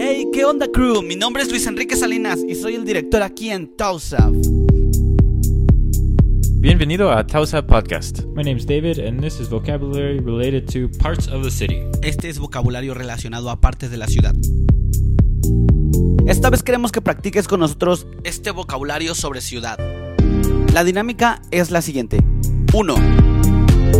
Hey, ¿qué onda crew? Mi nombre es Luis Enrique Salinas y soy el director aquí en Tausaf. Bienvenido a Tausa Podcast. My name's David, and this is vocabulary related to parts of the city. Este es vocabulario relacionado a partes de la ciudad. Esta vez queremos que practiques con nosotros este vocabulario sobre ciudad. La dinámica es la siguiente. 1.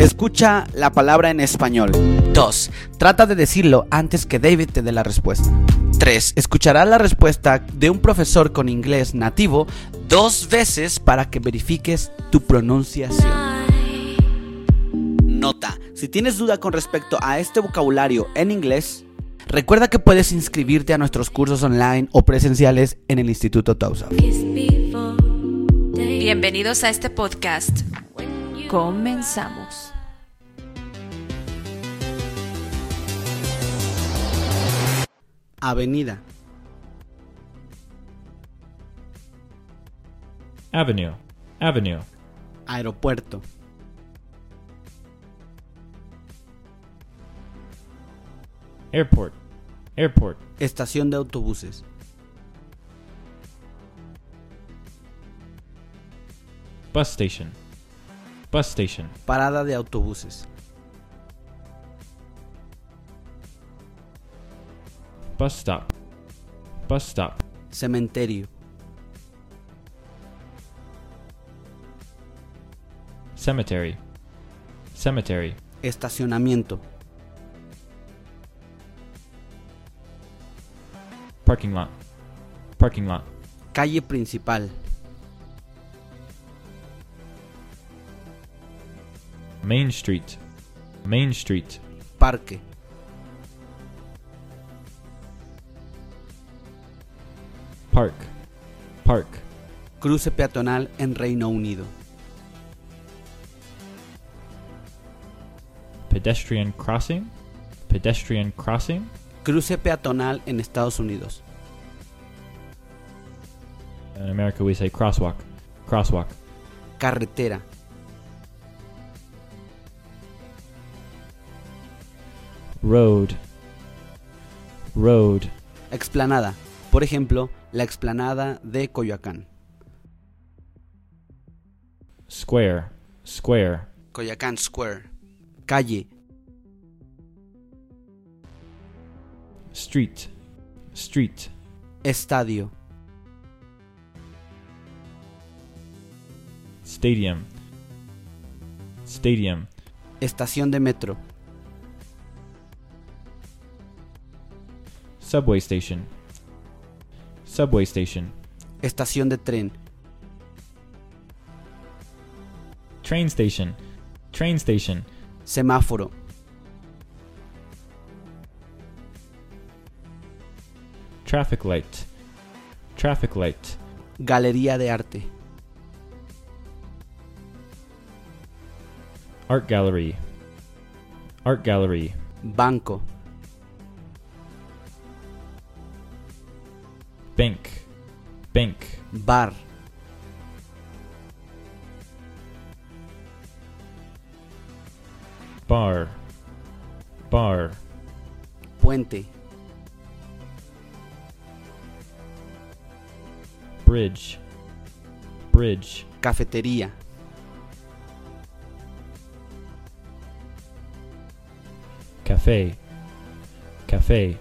Escucha la palabra en español. 2. Trata de decirlo antes que David te dé la respuesta. 3. Escuchará la respuesta de un profesor con inglés nativo dos veces para que verifiques tu pronunciación. Nota, si tienes duda con respecto a este vocabulario en inglés, recuerda que puedes inscribirte a nuestros cursos online o presenciales en el Instituto Tausa. Bienvenidos a este podcast. Comenzamos. Avenida, Avenue. Avenue. aeropuerto, Airport. Airport. estación de autobuses, Bus station. Bus station. parada de autobuses, Bus stop. Bus stop. cementerio, Cemetery. Cemetery. estacionamiento, Parking lot. Parking lot. calle principal, Main street. Main street. parque, Park. Park. cruce peatonal en Reino Unido, Pedestrian crossing. Pedestrian crossing. cruce peatonal en Estados Unidos, In America, we say crosswalk. Crosswalk. carretera, Road. Road. explanada, por ejemplo, la explanada de Coyoacán. Square. Square. Coyacán Square. Calle, Street. Street. estadio, Stadium. Stadium. estación de metro, Subway station. Subway station. estación de tren, Train station. Train station. semáforo, Traffic light. Traffic light. galería de arte, Art gallery. Art gallery. banco, Bank. Bank. bar, Bar. Bar. puente, Bridge. Bridge. cafetería, Cafe. Cafe.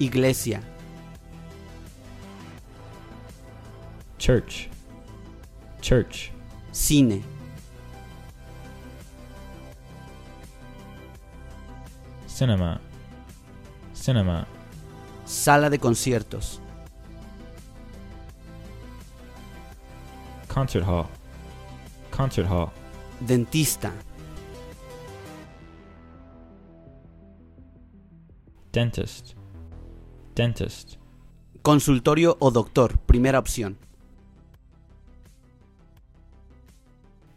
iglesia, Church. Church. cine, Cinema. Cinema. sala de conciertos, Concert hall. Concert hall. dentista, Dentist. Dentist. consultorio o doctor, primera opción,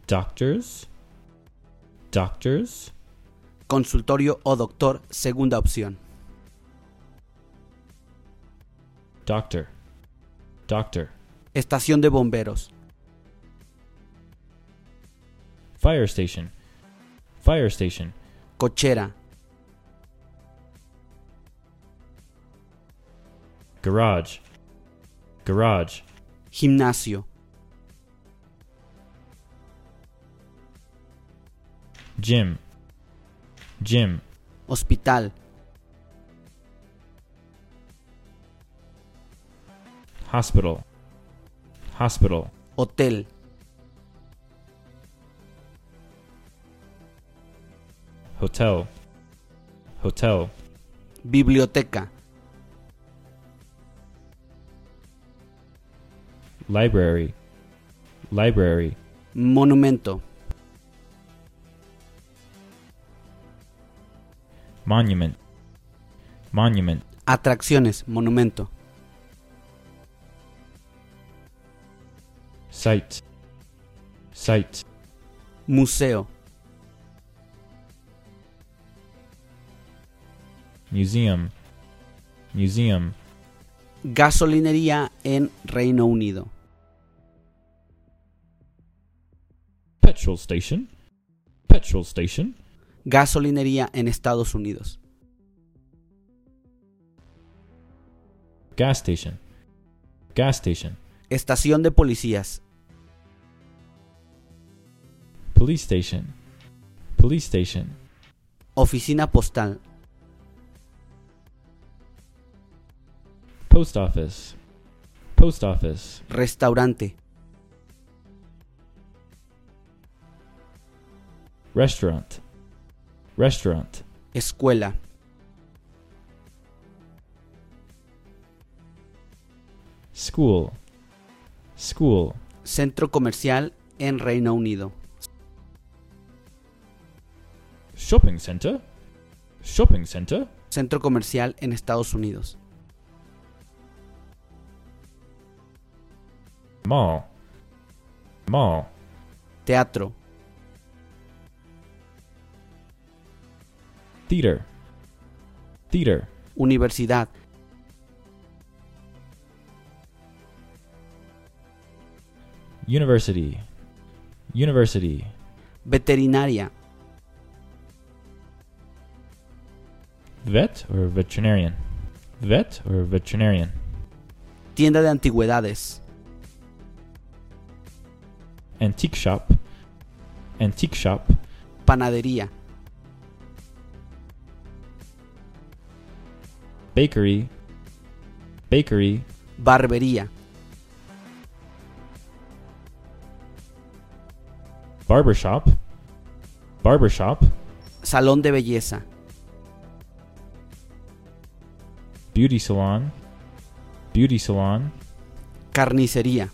Doctors. Doctors. consultorio o doctor, segunda opción, Doctor. Doctor. estación de bomberos, Fire station. Fire station. cochera, garage, garage, gimnasio, gym, gym, hospital, hospital, hospital, hotel, hotel, hotel, biblioteca, library, library, monumento, monument, monument, atracciones, monumento, site, site, museo, museum, museum, gasolinería en Reino Unido, petrol station, petrol station, gasolinería en Estados Unidos, gas station, gas station, estación de policías, police station, police station, oficina postal, post office, post office, restaurante, restaurant, restaurant, escuela, school, school, centro comercial en Reino Unido, shopping center, shopping center, centro comercial en Estados Unidos, mall, mall, teatro, theater, theater, universidad, university, university, veterinaria, vet or veterinarian, vet or veterinarian, tienda de antigüedades, antique shop, antique shop, panadería, bakery, bakery, barbería, barbershop, barbershop, salón de belleza, beauty salon, beauty salon, carnicería,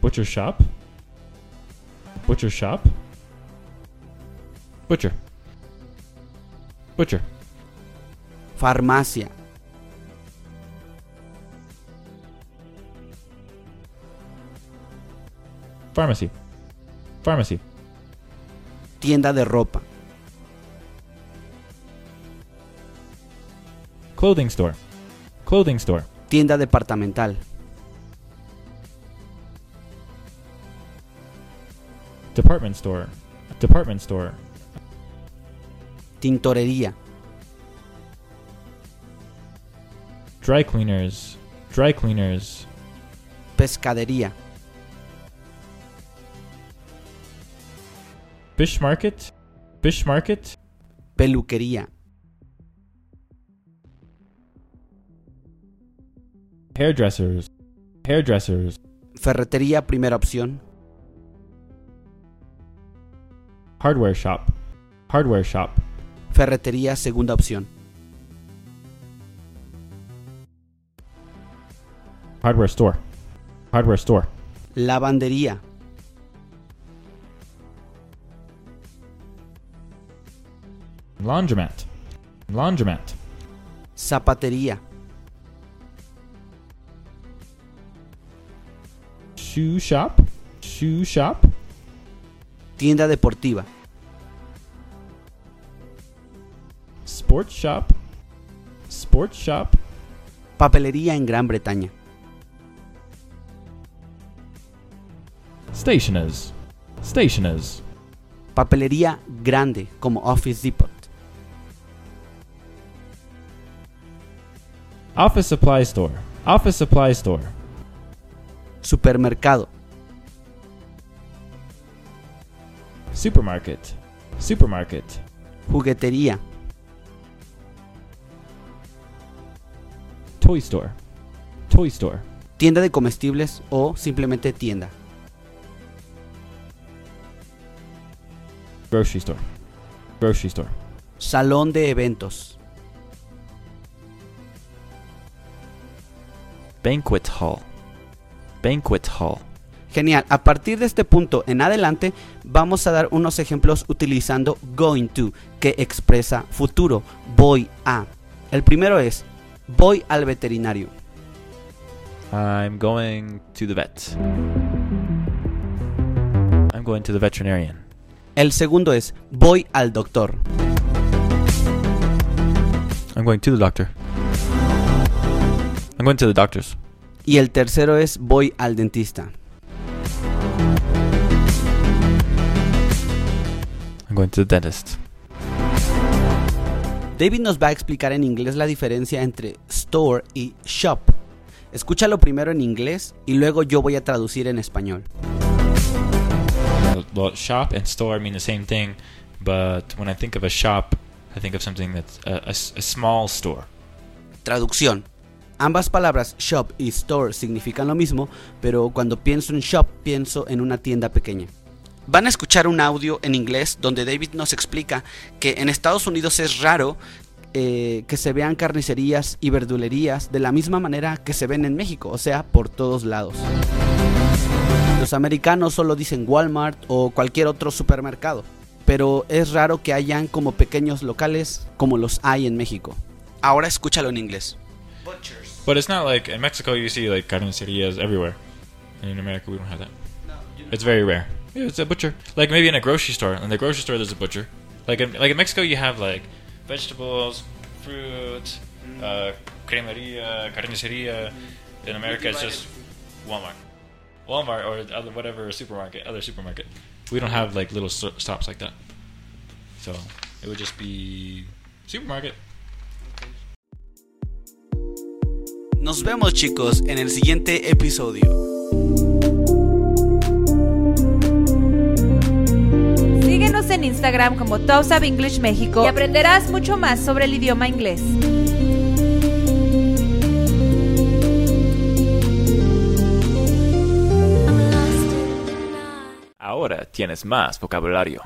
butcher shop, butcher shop, butcher, butcher, farmacia, pharmacy, pharmacy, tienda de ropa, clothing store, clothing store, tienda departamental, department store, department store, tintorería, dry cleaners, dry cleaners, pescadería, fish market, fish market, peluquería, hairdressers, hairdressers, ferretería primera opción, hardware shop, hardware shop, ferretería segunda opción, hardware store, hardware store, lavandería, laundromat, laundromat, zapatería, shoe shop, shoe shop, tienda deportiva, sports shop, sports shop, papelería en Gran Bretaña, stationers, stationers, papelería grande como Office Depot, Office supply store. Office supply store. Supermercado. Supermarket. Supermarket. Juguetería. Toy store. Toy store. Tienda de comestibles o simplemente tienda. Grocery store. Grocery store. Salón de eventos. Banquet hall. Banquet hall. Genial, a partir de este punto en adelante vamos a dar unos ejemplos utilizando going to, que expresa futuro, voy a. El primero es, voy al veterinario. I'm going to the vet. I'm going to the veterinarian. El segundo es, voy al doctor. I'm going to the doctor. I'm going to the doctor's. Y el tercero es, voy al dentista. I'm going to the dentist. David nos va a explicar en inglés la diferencia entre store y shop. Escúchalo primero en inglés y luego yo voy a traducir en español. Well, shop and store mean the same thing, but when I think of a shop, I think of something that's a, a s- a small store. Traducción. Ambas palabras shop y store significan lo mismo, pero cuando pienso en shop pienso en una tienda pequeña. Van a escuchar un audio en inglés donde David nos explica que en Estados Unidos es raro eh, que se vean carnicerías y verdulerías de la misma manera que se ven en México, o sea, por todos lados. Los americanos solo dicen Walmart o cualquier otro supermercado, pero es raro que hayan como pequeños locales como los hay en México. Ahora escúchalo en inglés. But it's not like in Mexico you see like carnicerias everywhere, and in America we don't have that. It's very rare. Yeah, it's a butcher. Like maybe in a grocery store. In the grocery store there's a butcher. Like in, like in Mexico you have like vegetables, fruit, uh, cremeria, carniceria. In America it's just Walmart, Walmart or other whatever supermarket, other supermarket. We don't have like little sto- stops like that. So it would just be supermarket. Nos vemos chicos en el siguiente episodio. Síguenos en Instagram como Toast of English México y aprenderás mucho más sobre el idioma inglés. Ahora tienes más vocabulario.